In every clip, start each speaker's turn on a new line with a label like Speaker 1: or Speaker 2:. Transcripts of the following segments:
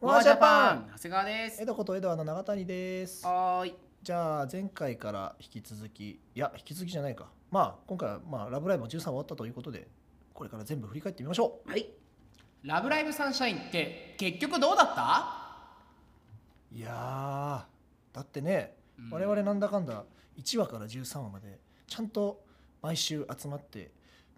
Speaker 1: モアジャパン長谷川で
Speaker 2: 江
Speaker 1: す
Speaker 2: 戸こと江戸の永谷です
Speaker 1: はーい
Speaker 2: じゃあ前回から引き続きいや引き続きじゃないかまあ今回はまあラブライブも13終わったということでこれから全部振り返ってみましょう
Speaker 1: はいラブライブサンシャインって結局どうだった
Speaker 2: いやーだってね
Speaker 1: うん
Speaker 2: 我々なんだかんだ1話から13話までちゃんと毎週集まって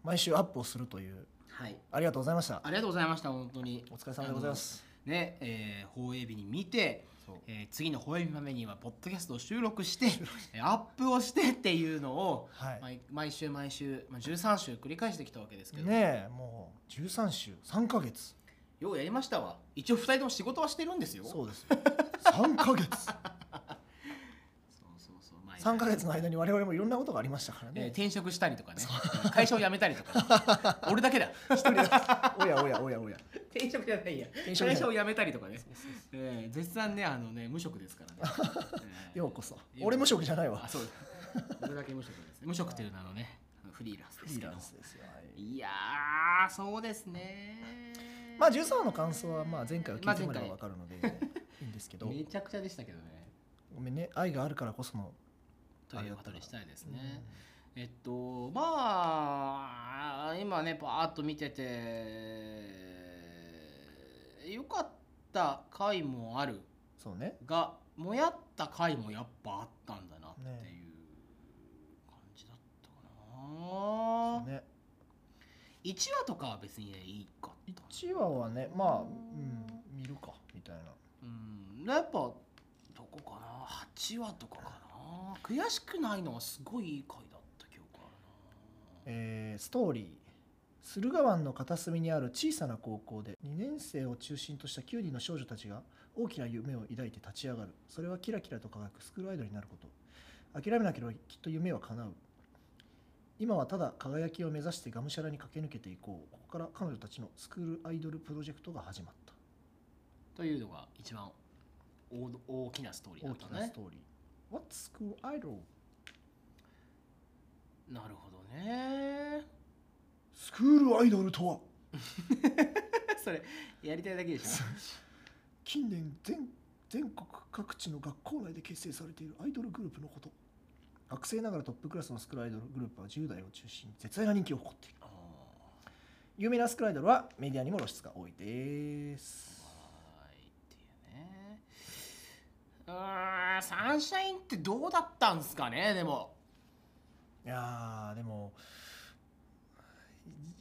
Speaker 2: 毎週アップをするという
Speaker 1: はい
Speaker 2: ありがとうございました
Speaker 1: ありがとうございました本当に
Speaker 2: お疲れ様でございます
Speaker 1: あのね、えー放映日に見て
Speaker 2: そう
Speaker 1: えー次の放映日までにはポッドキャストを収録してえーアップをしてっていうのを
Speaker 2: はい
Speaker 1: 毎毎週毎週、まあ、13週繰り返してきたわけですけど、
Speaker 2: ねえもう13週3ヶ月
Speaker 1: ようやりましたわ一応二人とも仕事はしてるんですよ
Speaker 2: そうですよ3ヶ月
Speaker 1: そうそうそうまあ
Speaker 2: 3ヶ月の間に我々もいろんなことがありましたから
Speaker 1: えー
Speaker 2: ね。
Speaker 1: 転職したりとかね会社を辞めたりとか 俺だけだ
Speaker 2: 一人だおやおやおやおや。
Speaker 1: 転職じゃないや
Speaker 2: 転職じゃない
Speaker 1: 会社を辞めたりとかねえー絶賛ねあのね無職ですからねえ ー
Speaker 2: ようこ そ。俺無職じゃないわ
Speaker 1: あ。そうだ俺だけ無 職です無職という名のねあのフリーランス
Speaker 2: フ
Speaker 1: で
Speaker 2: リ
Speaker 1: す
Speaker 2: ー
Speaker 1: けど
Speaker 2: ランスですよ。はい
Speaker 1: いやーそうですね
Speaker 2: まあ13話の感想はまあ前回を聞いてもらえば
Speaker 1: まあ
Speaker 2: わかるのでいいんですけど、
Speaker 1: めちゃくちゃでしたけどね
Speaker 2: ごめんね愛があるからこその。
Speaker 1: ということにしたいですね、えっとまあ今ねパーッと見てて良かった回もある
Speaker 2: そうね。
Speaker 1: がもやった回もやっぱあったんだなっていう
Speaker 2: ね
Speaker 1: 感じだったか
Speaker 2: そ
Speaker 1: な、
Speaker 2: うね。
Speaker 1: 1話とかは別にねいいかった
Speaker 2: 1話はねまあうん見るかみたいな。
Speaker 1: うんやっぱどこかな8話とかかな悔しくないのはすごいいい回だった記憶あるな
Speaker 2: えーストーリー。駿河湾の片隅にある小さな高校で2年生を中心とした9人の少女たちが大きな夢を抱いて立ち上がるそれはキラキラと輝くスクールアイドルになること諦めなければきっと夢は叶う今はただ輝きを目指してがむしゃらに駆け抜けていこうここから彼女たちのスクールアイドルプロジェクトが始まった
Speaker 1: というのが一番大大きなストーリーだ
Speaker 2: 大
Speaker 1: っ
Speaker 2: き
Speaker 1: た
Speaker 2: なス
Speaker 1: ね
Speaker 2: トーリー What's School Idol?
Speaker 1: なるほどね
Speaker 2: スクールアイドルとは
Speaker 1: それやりたいだけでしょ
Speaker 2: 近年全全国各地の学校内で結成されているアイドルグループのこと学生ながらトップクラスのスクールアイドルグループは10代を中心に絶大な人気を誇っている
Speaker 1: あ
Speaker 2: 有名なスクールアイドルはメディアにも露出が多いです
Speaker 1: ーはーいっていうねうーんサンシャインってどうだったんすかねでも
Speaker 2: いやーでも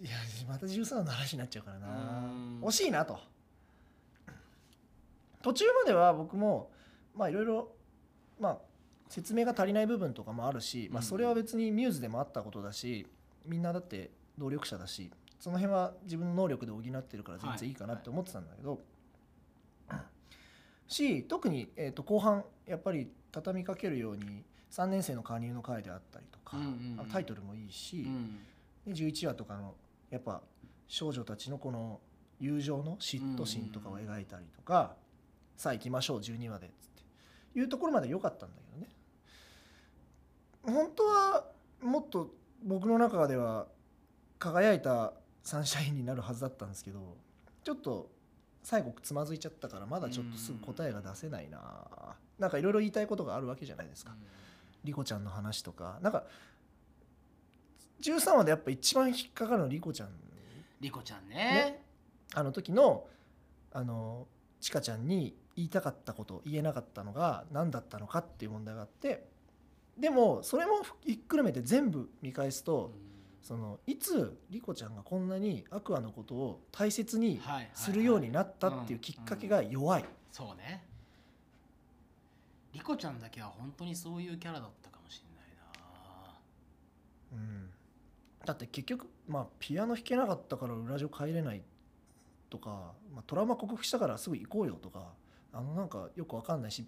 Speaker 2: いいやまた13の話になっちゃうから
Speaker 1: う
Speaker 2: な
Speaker 1: ーん
Speaker 2: 惜しいなと途中までは僕もまあいろいろまあ説明が足りない部分とかもあるし、まあ、
Speaker 1: うん
Speaker 2: それは別にミューズでもあったことだしみんなだって能力者だしその辺は自分の能力で補ってるから全然いいかなって思ってたんだけど、し特に、えー、と後半やっぱり畳みかけるように3年生の加入の回であったりとか、
Speaker 1: うんうんうん
Speaker 2: タイトルもいいし、
Speaker 1: うん
Speaker 2: で11話とかのやっぱ少女たちのこの友情の嫉妬心とかを描いたりとか、さあ行きましょう12話でっつっていうところまで良かったんだけどね本当はもっと僕の中では輝いたサンシャインになるはずだったんですけどちょっと最後つまずいちゃったからまだちょっとすぐ答えが出せないななんかいろいろ言いたいことがあるわけじゃないですかリコちゃんの話とかなんか13話でやっぱ一番引っかかるのリコちゃん
Speaker 1: リコちゃんね
Speaker 2: ねあの時のあのちかちゃんに言いたかったこと言えなかったのが何だったのかっていう問題があってでもそれもひっくるめて全部見返す
Speaker 1: う
Speaker 2: と
Speaker 1: ん
Speaker 2: そのいつリコちゃんがこんなにアクアのことを大切に
Speaker 1: はいはいはい
Speaker 2: するようになったっていうきっかけが弱い
Speaker 1: そうねリコちゃんだけは本当にそういうキャラだったかもしれない
Speaker 2: う
Speaker 1: な
Speaker 2: んだって結局、まあ、ピアノ弾けなかったから裏所帰れないとか、まあ、トラウマ克服したからすぐ行こうよとかあのなんかよくわかんないし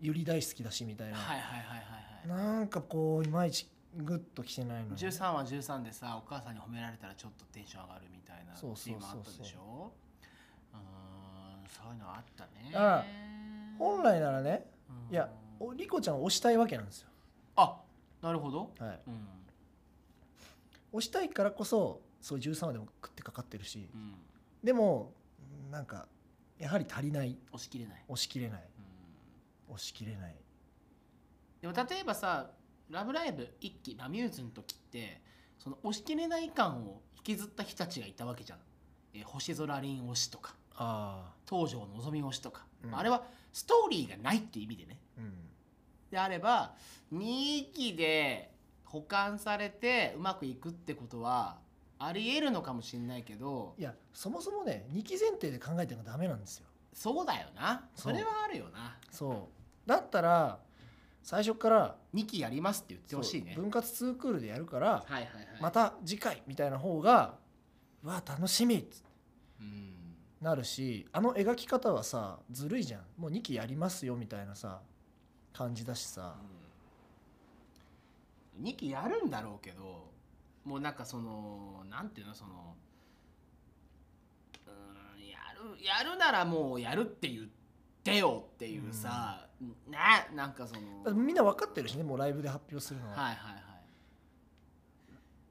Speaker 2: ユリ大好きだしみたいな、
Speaker 1: はいはいはいはいはい
Speaker 2: なんかこういまいちグッときてないの
Speaker 1: 13は13でさお母さんに褒められたらちょっとテンション上がるみたいなシ
Speaker 2: そうそう
Speaker 1: ー
Speaker 2: そう
Speaker 1: ン
Speaker 2: そう
Speaker 1: もあったでしょうーんそういうのあったね
Speaker 2: だから本来ならね
Speaker 1: うん
Speaker 2: いやおリコちゃんを押したいわけなんですよ、
Speaker 1: あなるほど
Speaker 2: はい、
Speaker 1: うん
Speaker 2: 押したいからこそそういう13話でも食ってかかってるし
Speaker 1: うん
Speaker 2: でもなんかやはり足りない
Speaker 1: 押し切れない、
Speaker 2: 押し切れない
Speaker 1: うん
Speaker 2: 押し切れない
Speaker 1: でも例えばさ「ラブライブ!」一期ラミューズの時ってその押し切れない感を引きずった人たちがいたわけじゃん、えー星空凛推しとか
Speaker 2: あ
Speaker 1: 東条望み推しとか、
Speaker 2: うん
Speaker 1: あれはストーリーがないっていう意味でね
Speaker 2: あうん
Speaker 1: であれば2期で保管されてうまくいくってことはありえるのかもしれないけど
Speaker 2: いやそもそもね2期前提で考えてるのがダメなんですよ
Speaker 1: そうだよな
Speaker 2: そ
Speaker 1: そうれはあるよな
Speaker 2: そうだったら最初から
Speaker 1: 2期やりますって言ってほしいね
Speaker 2: そう分割2クールでやるから、
Speaker 1: はいはいはい
Speaker 2: また次回みたいな方がうわ楽しみっつって
Speaker 1: うん
Speaker 2: なるしあの描き方はさずるいじゃんもう2期やりますよみたいなさ感じだしさ、
Speaker 1: 2期やるんだろうけどもうなんかそのなんていうのそのうーんやるやるならもうやるって言ってよっていうさ、ねなんかその
Speaker 2: だってみんな分かってるしねもうライブで発表するのは、
Speaker 1: はいはいはい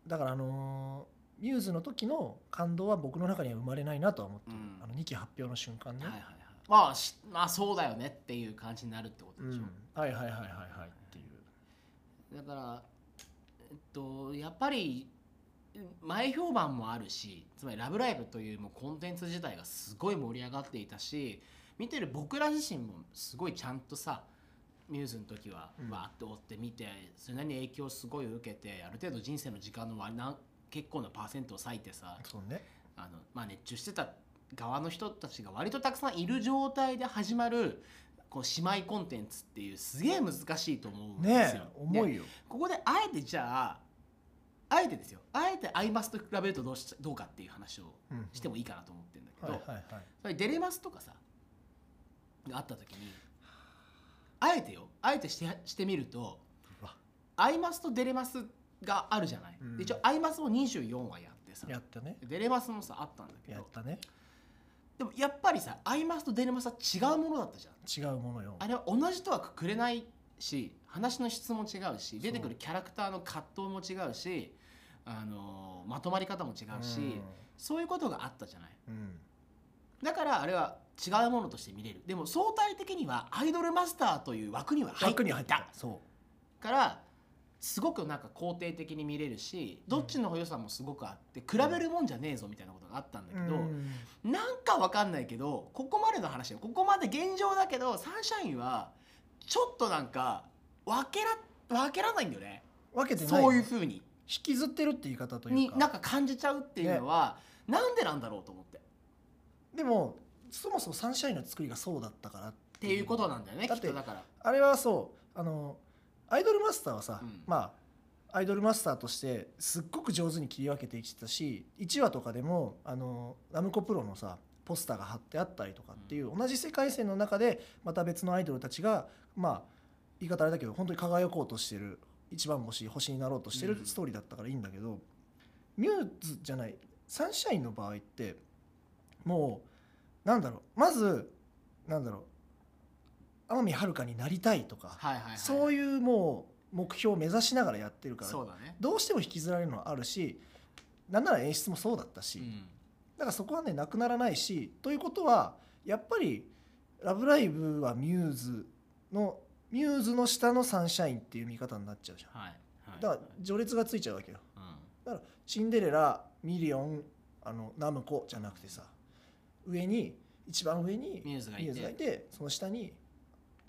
Speaker 2: だからあのーミューズの時の感動は僕の中には生まれないなとは思ってる、
Speaker 1: うん
Speaker 2: あの2期発表の瞬間ね、
Speaker 1: はいはいはいまあしまあそうだよねっていう感じになるってこと
Speaker 2: う
Speaker 1: でしょ、
Speaker 2: ん、はいはいはいはいはいっていう
Speaker 1: だからえっとやっぱり前評判もあるしつまり「ラブライブ!」というもうコンテンツ自体がすごい盛り上がっていたし見てる僕ら自身もすごいちゃんとさミューズの時は
Speaker 2: うん
Speaker 1: わーって追って見て、それなりに影響をすごい受けてある程度人生の時間の割な結構なパーセントを割いてさ
Speaker 2: そうね
Speaker 1: あの、まあ、熱中してた側の人たちが割とたくさんいる状態で始まるこう姉妹コンテンツっていうすげえ難しいと思うんです
Speaker 2: ね
Speaker 1: よ。
Speaker 2: え重
Speaker 1: で
Speaker 2: いよ、
Speaker 1: ここであえてじゃああえてですよあえてアイマスと比べるとどうしどうかっていう話を
Speaker 2: うん、
Speaker 1: してもいいかなと思ってるんだけど、
Speaker 2: はいはいはい
Speaker 1: それデレマスとかさがあった時にあえてよあえてしてしてみると
Speaker 2: うわ
Speaker 1: アイマスとデレマスがあるじゃない、
Speaker 2: うん
Speaker 1: で一応アイマスも24話やってさ
Speaker 2: やったね
Speaker 1: デレマスもさあったんだけ
Speaker 2: やっ
Speaker 1: ど
Speaker 2: たね
Speaker 1: でもやっぱりさアイマスとデレマスは違うものだったじゃ
Speaker 2: 違
Speaker 1: ん
Speaker 2: うものよ
Speaker 1: あれは同じとはくくれないし話の質も違うし出てくるキャラクターの葛藤も違うしあのまとまり方も違うし、そういうことがあったじゃない
Speaker 2: うん、うん
Speaker 1: だからあれは違うものとして見れるでも相対的にはアイドルマスターという枠には入っ
Speaker 2: 枠
Speaker 1: てい
Speaker 2: に
Speaker 1: た
Speaker 2: 入ったそ
Speaker 1: からすごくなんか肯定的に見れるしどっちの良さもすごくあって比べるもんじゃねえぞみたいなことがあったんだ
Speaker 2: う
Speaker 1: けど、
Speaker 2: うん
Speaker 1: なんかわかんないけどここまでの話よここまで現状だけどサンシャインはちょっとなんか分けら分けらないんだよね
Speaker 2: 分けてない
Speaker 1: そういうふうに
Speaker 2: 引きずってるって言い方という
Speaker 1: に
Speaker 2: か
Speaker 1: なんか感じちゃうっていうのは、なんでなんだろうと思ってっ
Speaker 2: でもそもそもサンシャインの作りがそうだったからって
Speaker 1: いうことなんだよねき
Speaker 2: だ
Speaker 1: っ
Speaker 2: って
Speaker 1: とだから
Speaker 2: あれはそうあのアイドルマスターはさ、
Speaker 1: うん
Speaker 2: まあアイドルマスターとしてすっごく上手に切り分けてきてたし1話とかでもあのラムコプロのさポスターが貼ってあったりとかっていう、同じ世界線の中でまた別のアイドルたちがまあ言い方あれだけど本当に輝こうとしてる一番星星になろうとして
Speaker 1: う
Speaker 2: る
Speaker 1: ん
Speaker 2: ストーリーだったからいいんだけど、ミューズじゃないサンシャインの場合ってもうなんだろうまずなんだろう天海遥になりたいとか、
Speaker 1: はいはいはい
Speaker 2: そう
Speaker 1: う
Speaker 2: いうもう目標を目指しながらやってるから
Speaker 1: そうだね
Speaker 2: どうしても引きずられるのはあるしなんなら演出もそうだったし、
Speaker 1: うん
Speaker 2: だからそこはねなくならないしということはやっぱり「ラブライブ!」はミューズのミューズの下のサンシャインっていう見方になっちゃうじゃん
Speaker 1: はいはい
Speaker 2: だから序列がついちゃうわけよ
Speaker 1: うん
Speaker 2: シンデレラミリオンあのナムコじゃなくてさ上に一番上に
Speaker 1: ミューズがい
Speaker 2: ミ
Speaker 1: て
Speaker 2: ューズがいてその下に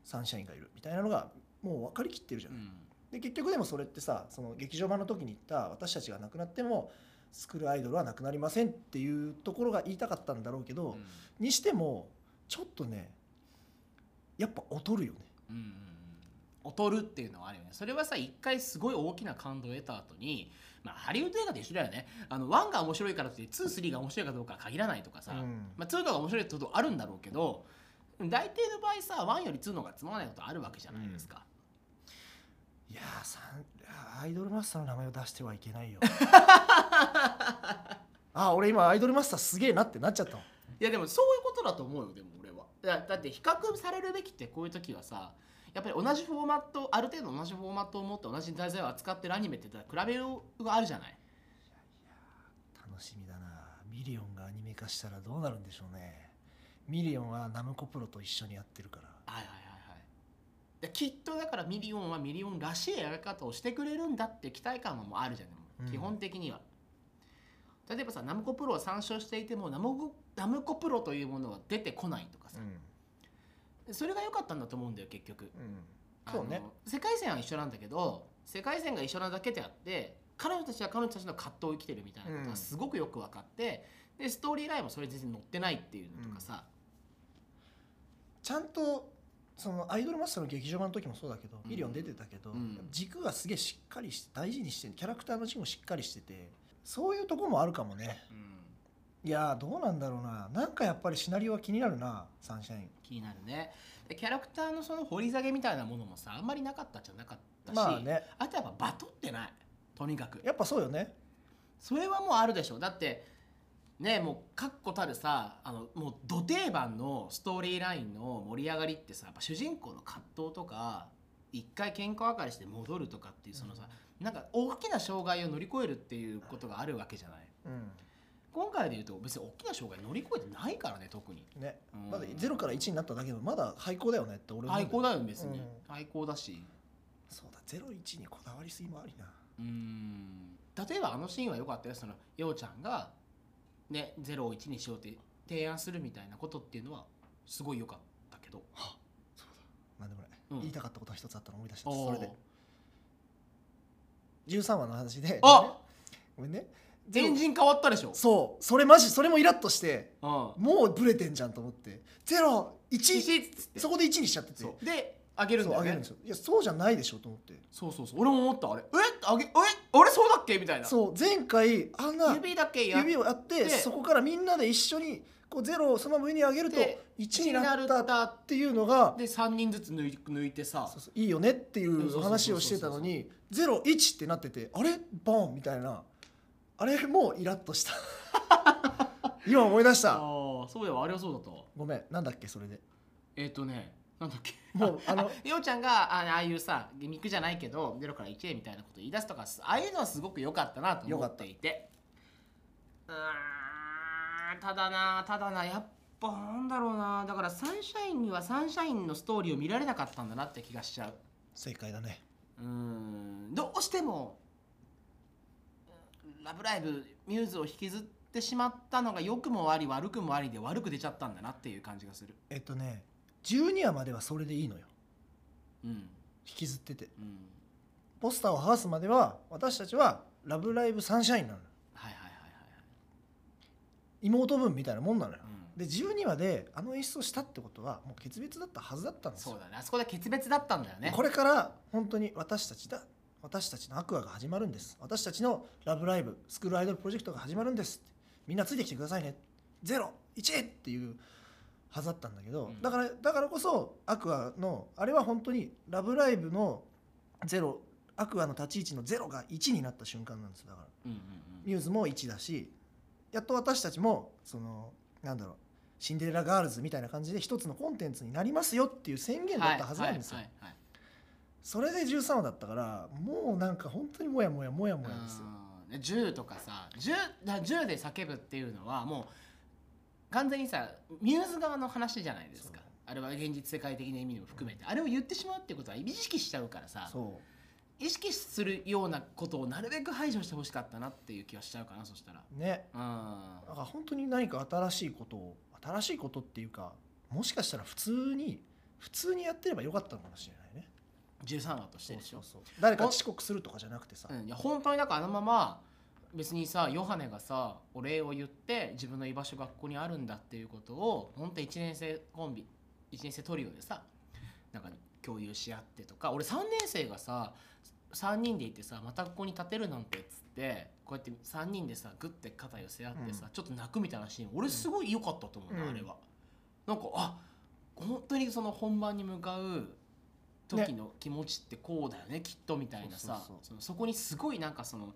Speaker 2: サンシャインがいるみたいなのがもう分かりきってるじゃ
Speaker 1: う
Speaker 2: ない、
Speaker 1: ん
Speaker 2: で結局でもそれってさその劇場版の時に言った私たちが亡くなってもスクールアイドルはなくなりませんっていうところが言いたかったんだろうけど、
Speaker 1: うん
Speaker 2: にしてもちょっとねやっぱ劣るよね
Speaker 1: うんうんうん劣るっていうのはあるよねそれはさ一回すごい大きな感動を得た後にまあハリウッド映画と一緒だよねあの1が面白いからといって23が面白いかどうかは限らないとかさ、
Speaker 2: うん
Speaker 1: まあ、2の方が面白いってことあるんだろうけど大抵の場合さ1より2の方がつまらないことあるわけじゃないですか、
Speaker 2: いやーさんいやーアイドルマスターの名前を出してはいけ ないよあー俺今アイドルマスターすげえなってなっちゃったもん
Speaker 1: いやでもそういうことだと思うよでも俺はだだって比較されるべきってこういう時はさやっぱり同じフォーマットある程度同じフォーマットを持って同じ題材を扱ってるアニメってだから比べようがあるじゃない
Speaker 2: 楽しみだなミリオンがアニメ化したらどうなるんでしょうねミリオンはナムコプロと一緒にやってるから
Speaker 1: はいはいはいはいできっとだからミリオンはミリオンらしいやり方をしてくれるんだって期待感はもうあるじゃんもう
Speaker 2: うん
Speaker 1: 基本的には、例えばさナムコプロを参照していてもナムコナムコプロというものは出てこないとかさ、それが良かったんだと思うんだよ結局
Speaker 2: うん、そうね
Speaker 1: あの世界線は一緒なんだけど世界線が一緒なだけであって彼女たちは彼女たちの葛藤を生きてるみたいなこと
Speaker 2: う
Speaker 1: が
Speaker 2: ん
Speaker 1: すごくよく分かって、でストーリーラインもそれ全然載ってないっていうのとかさ、
Speaker 2: ちゃんとそのアイドルマスターの劇場版の時もそうだけど、
Speaker 1: うん
Speaker 2: ミリオン出てたけど、
Speaker 1: うん
Speaker 2: 軸がすげえしっかりして大事にしてるキャラクターの軸もしっかりしててそういうとこもあるかもね
Speaker 1: うん
Speaker 2: いやーどうなんだろうななんかやっぱりシナリオは気になるなサンシャイン
Speaker 1: 気になるねでキャラクターのその掘り下げみたいなものもさあんまりなかったじゃなかったし、
Speaker 2: まあね
Speaker 1: あとやっぱバトってないとにかく
Speaker 2: やっぱそうよね
Speaker 1: それはもうあるでしょだってねもう確固たるさあのもうど定番のストーリーラインの盛り上がりってさやっぱ主人公の葛藤とか一回喧嘩別れして戻るとかっていうそのさ、なんか大きな障害を乗り越えるっていうことがあるわけじゃない
Speaker 2: うん
Speaker 1: 今回で言うと別に大きな障害乗り越えてないからね特に、
Speaker 2: ね
Speaker 1: うん
Speaker 2: まだ0から1になっただけでもまだ廃校だよねって俺思うん
Speaker 1: 愛
Speaker 2: よ
Speaker 1: 好だよ別に、
Speaker 2: う
Speaker 1: 愛好だし
Speaker 2: そうだ01にこだわりすぎもありな
Speaker 1: うーん例えばあのシーンは良かったよそのようちゃんが、ね、0を1にしようって提案するみたいなことっていうのはすごい良かったけど
Speaker 2: なんでもない、
Speaker 1: うん
Speaker 2: 言いたかったことは一つあったの思い出した
Speaker 1: おー
Speaker 2: それで13話の話で
Speaker 1: あ
Speaker 2: ごめんねゼロ
Speaker 1: 全人変わったでしょ、
Speaker 2: そうそれマジそれもイラッとして
Speaker 1: うん、
Speaker 2: もうブレてんじゃんと思って01
Speaker 1: 1っつって
Speaker 2: そこで1にしちゃってて
Speaker 1: そうであげるん
Speaker 2: そう
Speaker 1: だよ
Speaker 2: あげるんで
Speaker 1: ね
Speaker 2: すよいやそうじゃないでしょと思って
Speaker 1: そうそうそう俺も思ったあれえあげえあれそうだっけみたいな
Speaker 2: そう前回あんな
Speaker 1: 指だけや
Speaker 2: 指
Speaker 1: を
Speaker 2: をやって
Speaker 1: で
Speaker 2: そこからみんなで一緒にこう0をそのまま上に上げると
Speaker 1: で
Speaker 2: 1になったっていうのが
Speaker 1: で3人ずつ抜い抜いてさ
Speaker 2: そうそういいよねってい
Speaker 1: そうそうそう
Speaker 2: う
Speaker 1: そう
Speaker 2: 話をしてたのに01ってなっててあれボンみたいなあれもうイラッと した今思い出し
Speaker 1: あ
Speaker 2: た
Speaker 1: あそうだわあれはそうだったわ
Speaker 2: ごめんなんだっけそれで
Speaker 1: えっ、とねなんだっけ
Speaker 2: もうあの
Speaker 1: ようちゃんがあああいうさギミックじゃないけど0から1へみたいなこと言い出すとかすああいうのはすごく良かったなと思っていてうーんただなただなやっぱなんだろうなだからサンシャインにはサンシャインのストーリーを見られなかったんだなって気がしちゃう
Speaker 2: 正解だね
Speaker 1: うーんどうしても「ラブライブ!」ミューズを引きずってしまったのが良くもあり悪くもありで悪く出ちゃったんだなっていう感じがする
Speaker 2: えっとね12話まではそれでいいのよ
Speaker 1: うん
Speaker 2: 引きずってて
Speaker 1: うん
Speaker 2: ポスターを剥がすまでは私たちは「ラブライブサンシャイン」なのよ
Speaker 1: はいはいはいはい
Speaker 2: 妹分みたいなもんなのよ
Speaker 1: はい、うん
Speaker 2: で12話であの演出をしたってことはもう決別だったはずだったんですよ
Speaker 1: そうだねあそこで決別だったんだよね
Speaker 2: これから本当に私たちだ私たちのアクアが始まるんです私たちの「ラブライブ!」スクールアイドルプロジェクトが始まるんですみんなついてきてくださいね01っていうはずだったんだけど、
Speaker 1: うん
Speaker 2: だからだからこそアクアのあれは本当に「ラブライブ!」の0アクアの立ち位置の0が1になった瞬間なんですよだから
Speaker 1: うんうんうん
Speaker 2: ミューズも1だしやっと私たちもそのなんだろうシンデレラガールズみたいな感じで一つのコンテンツになりますよっていう宣言だったはずなんですよ
Speaker 1: はいはいはい
Speaker 2: それで13話だったからもうなんか本当にもやもやもやもやですよ
Speaker 1: うんで銃とかさ銃だ銃で叫ぶっていうのはもう完全にさミューズ側の話じゃないですか
Speaker 2: そう
Speaker 1: あれは現実世界的な意味も含めてあれを言ってしまうってことは意識しちゃうからさ
Speaker 2: そ
Speaker 1: 意識するようなことをなるべく排除してほしかったなっていう気はしちゃうかなそしたら
Speaker 2: うね
Speaker 1: うん
Speaker 2: だから本当に何か新しいことを新しいことっていうかもしかしたら普通に普通にやってればよかったのかもしれないね
Speaker 1: 13話としてでしょ
Speaker 2: そう誰か遅刻するとかじゃなくてさ、
Speaker 1: うん、いや本当になんかあのまま別にさヨハネがさお礼を言って自分の居場所がここにあるんだっていうことを本当1年生コンビ1年生トリオでさなんか共有し合ってとか俺3年生がさ3人でいてさまたここに立てるなんてっつってこうやって3人でさグッて肩寄せ合ってさ、
Speaker 2: う
Speaker 1: ちょっと泣くみたいなシーン俺すごい良かったと思うな、
Speaker 2: うん
Speaker 1: あれは。なんかあ本当にその本番に向かう時の気持ちってこうだよねきっとみたいな
Speaker 2: そうそ
Speaker 1: さ
Speaker 2: うそう
Speaker 1: そのそこにすごいなんかその、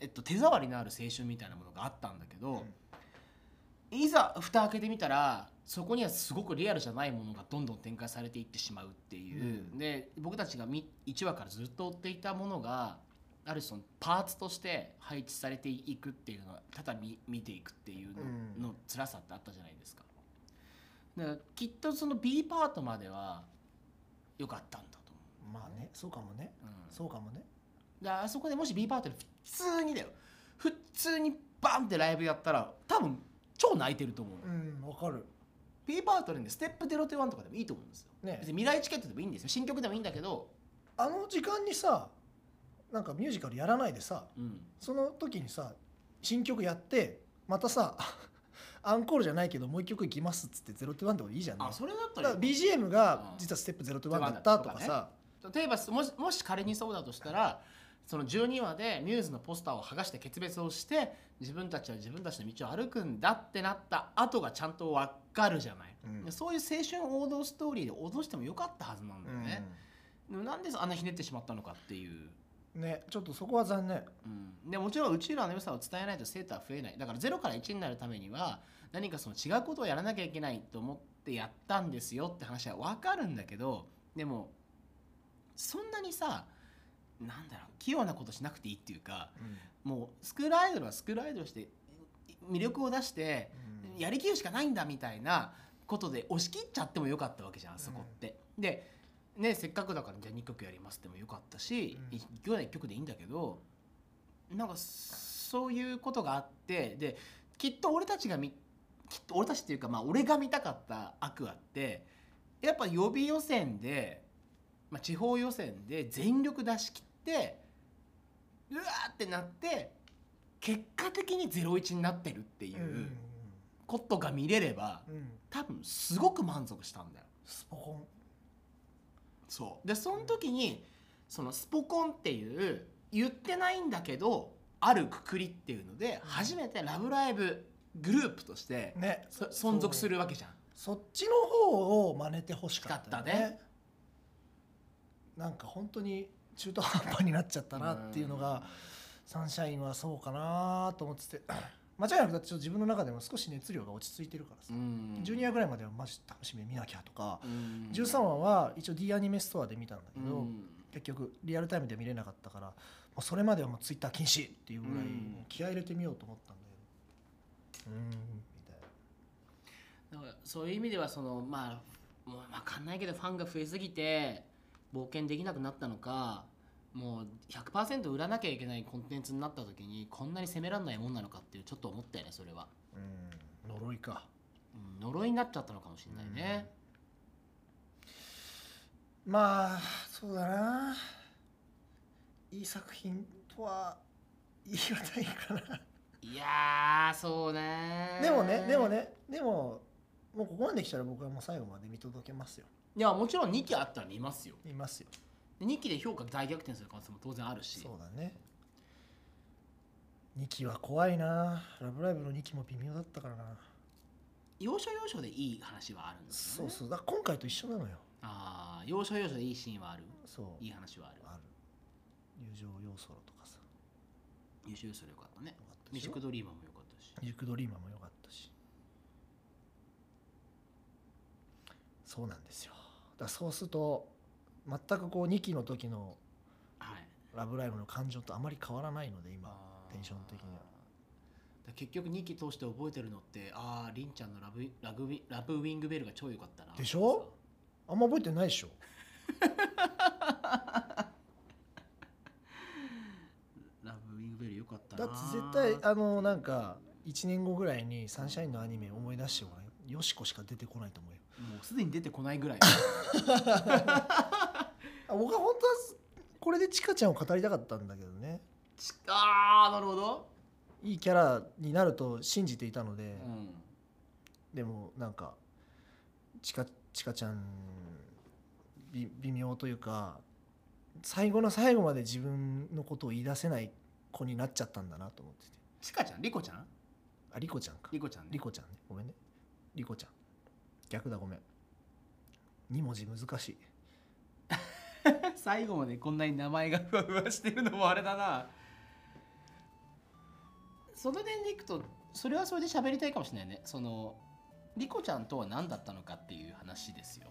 Speaker 1: えっと、手触りのある青春みたいなものがあったんだけど、いざ蓋開けてみたらそこにはすごくリアルじゃないものがどんどん展開されていってしまうっていう、
Speaker 2: うん
Speaker 1: で僕たちが1話からずっと追っていたものがある種そのパーツとして配置されていくっていうのはただ見見ていくっていうのの辛さってあったじゃないですか。だからきっとその B パートまでは良かったんだと
Speaker 2: まあねそうかもね
Speaker 1: 思う、うん
Speaker 2: そうかもね
Speaker 1: だからあそこでもし B パートで普通にだよ普通にバンってライブやったら多分超泣いてると思う、
Speaker 2: うんわかる
Speaker 1: B パートでねステップ01とかでもいいと思うんですよ
Speaker 2: ね
Speaker 1: 別に未来チケットでもいいんですよ新曲でもいいんだけど、
Speaker 2: あの時間にさなんかミュージカルやらないでさ
Speaker 1: うん、
Speaker 2: その時にさ新曲やってまたさ アンコールじゃないけどもう一曲いきますっつって「ゼロトゥワンでもいいじゃんね
Speaker 1: あそれだった
Speaker 2: だ
Speaker 1: ら
Speaker 2: か
Speaker 1: いい
Speaker 2: ら
Speaker 1: か
Speaker 2: BGM が実はステップゼロトゥワンだったとかさ、
Speaker 1: 例えばもしもし仮にそうだとしたらその12話でミューズのポスターを剥がして決別をして自分たちは自分たちの道を歩くんだってなった後がちゃんと分かるじゃない、
Speaker 2: うん
Speaker 1: そういう青春王道ストーリーで脅してもよかったはずなんだよね、でもなんであんなひねってしまったのかっていう、
Speaker 2: うんねちょっとそこは残念
Speaker 1: うん、でもちろんうちらの良さを伝えないと生徒は増えないだから0から1になるためには何かその違うことをやらなきゃいけないと思ってやったんですよって話は分かるんだけどでもそんなにさなんだろう器用なことしなくていいっていうかもうスクールアイドルはスクールアイドルとして魅力を出して
Speaker 2: うん
Speaker 1: やりきるしかないんだみたいなことで押し切っちゃってもよかったわけじゃんそこって。で、ね、せっかくだからじゃあ2曲やりますでもよかったし、
Speaker 2: うん
Speaker 1: 一曲は1曲でいいんだけどなんかそういうことがあってできっと俺たちが見きっと俺たちっていうか、まあ、俺が見たかったアクアってやっぱ予備予選で、まあ、地方予選で全力出し切ってうわーってなって結果的に01になってるっていう。
Speaker 2: うん
Speaker 1: ことが見れれば
Speaker 2: うんうん
Speaker 1: 多分すごく満足したんだよ
Speaker 2: スポコン
Speaker 1: そうでその時にそのスポコンっていう言ってないんだけどあるくくりっていうので
Speaker 2: うん
Speaker 1: 初めて「ラブライブ!」グループとして
Speaker 2: ね
Speaker 1: そ存続す
Speaker 2: る
Speaker 1: るわけじゃん
Speaker 2: そっちの方を真似てほしかったよ
Speaker 1: かったね
Speaker 2: なんか本当に中途半端になっちゃったなっていうのが、サンシャインはそうかなと思ってて 間違いなくだってちょっと自分の中でも少し熱量が落ち着いてるからさ、
Speaker 1: うん
Speaker 2: ジュニアぐらいまではマジ楽しみ見なきゃとか、
Speaker 1: うん
Speaker 2: 13話は一応 D アニメストアで見たんだけど、
Speaker 1: うん
Speaker 2: 結局リアルタイムでは見れなかったからもうそれまではもうツイッター禁止っていうぐらい
Speaker 1: うん
Speaker 2: もう気合い入れてみようと思ったんだけどうーんみたいな
Speaker 1: だからそういう意味ではそのまあもう分かんないけどファンが増えすぎて冒険できなくなったのかもう100%売らなきゃいけないコンテンツになった時にこんなに責めらんないもんなのかっていうちょっと思ったよねそれは、
Speaker 2: うん呪いか
Speaker 1: うん呪いになっちゃったのかもしれないね、
Speaker 2: まあそうだないい作品とは言い難いかな
Speaker 1: いやーそうね
Speaker 2: でもねでもねでももうここまで来たら僕はもう最後まで見届けますよ
Speaker 1: いやもちろん2期あったら見ますよ
Speaker 2: 見ますよ
Speaker 1: 2期で評価大逆転する可能性も当然あるし
Speaker 2: そうだね2期は怖いな「ラブライブ!」の2期も微妙だったからな
Speaker 1: 要所要所でいい話はあるんですよ
Speaker 2: そう
Speaker 1: ね
Speaker 2: そうだから今回と一緒なのよ
Speaker 1: ああ要所要所でいいシーンはある
Speaker 2: そう
Speaker 1: いい話はある
Speaker 2: ある友情要素とかさよ
Speaker 1: 優秀それよかったね
Speaker 2: かったで
Speaker 1: 未
Speaker 2: しょ
Speaker 1: 熟ドリーマーも良かったし
Speaker 2: ミルクドリーマーも良かったしそうなんですよだからそうすると全くこう2期の時の
Speaker 1: はい
Speaker 2: 「ラブライブ!」の感情とあまり変わらないので今テンション的には
Speaker 1: だ結局2期通して覚えてるのってあありんちゃんのラブラグビラブウィングベルが超良かったな
Speaker 2: でしょあんま覚えてないでしょ
Speaker 1: ラブウィングベル良かった
Speaker 2: だ
Speaker 1: な
Speaker 2: って絶対あのなんか1年後ぐらいにサンシャインのアニメ思い出してもらえよしこしか出てこないと思うよ
Speaker 1: もうすでに出てこない ぐらい
Speaker 2: あ僕は本当はこれでチカちゃんを語りたかったんだけどね
Speaker 1: ちああなるほど、
Speaker 2: いいキャラになると信じていたので、
Speaker 1: うん、
Speaker 2: でもなんかちかちかちゃんび微妙というか最後の最後まで自分のことを言い出せない子になっちゃったんだなと思ってて
Speaker 1: ちかちゃんリコちゃん
Speaker 2: あリコちゃんか
Speaker 1: リコちゃんね
Speaker 2: リコちゃんねごめんねリコちゃん逆だごめん2文字難しい
Speaker 1: 最後までこんなに名前がふわふわしてるのもあれだなその点でいくとそれはそれで喋りたいかもしれないねそのリコちゃんとは何だったのかっていう話ですよ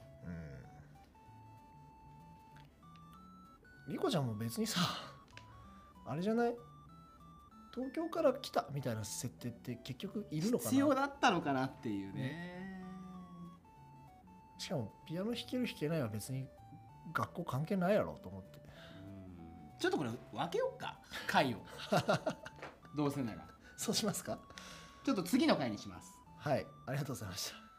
Speaker 2: リコちゃんも別にさあれじゃない東京から来たみたいな設定って結局いるのかな
Speaker 1: 必要だったのかなっていうね
Speaker 2: しかもピアノ弾ける弾けないは別に学校関係ないやろと思って
Speaker 1: うんちょっとこれ分けようか 回をどうせなら
Speaker 2: そうしますか
Speaker 1: ちょっと次の回にします
Speaker 2: はいありがとうございました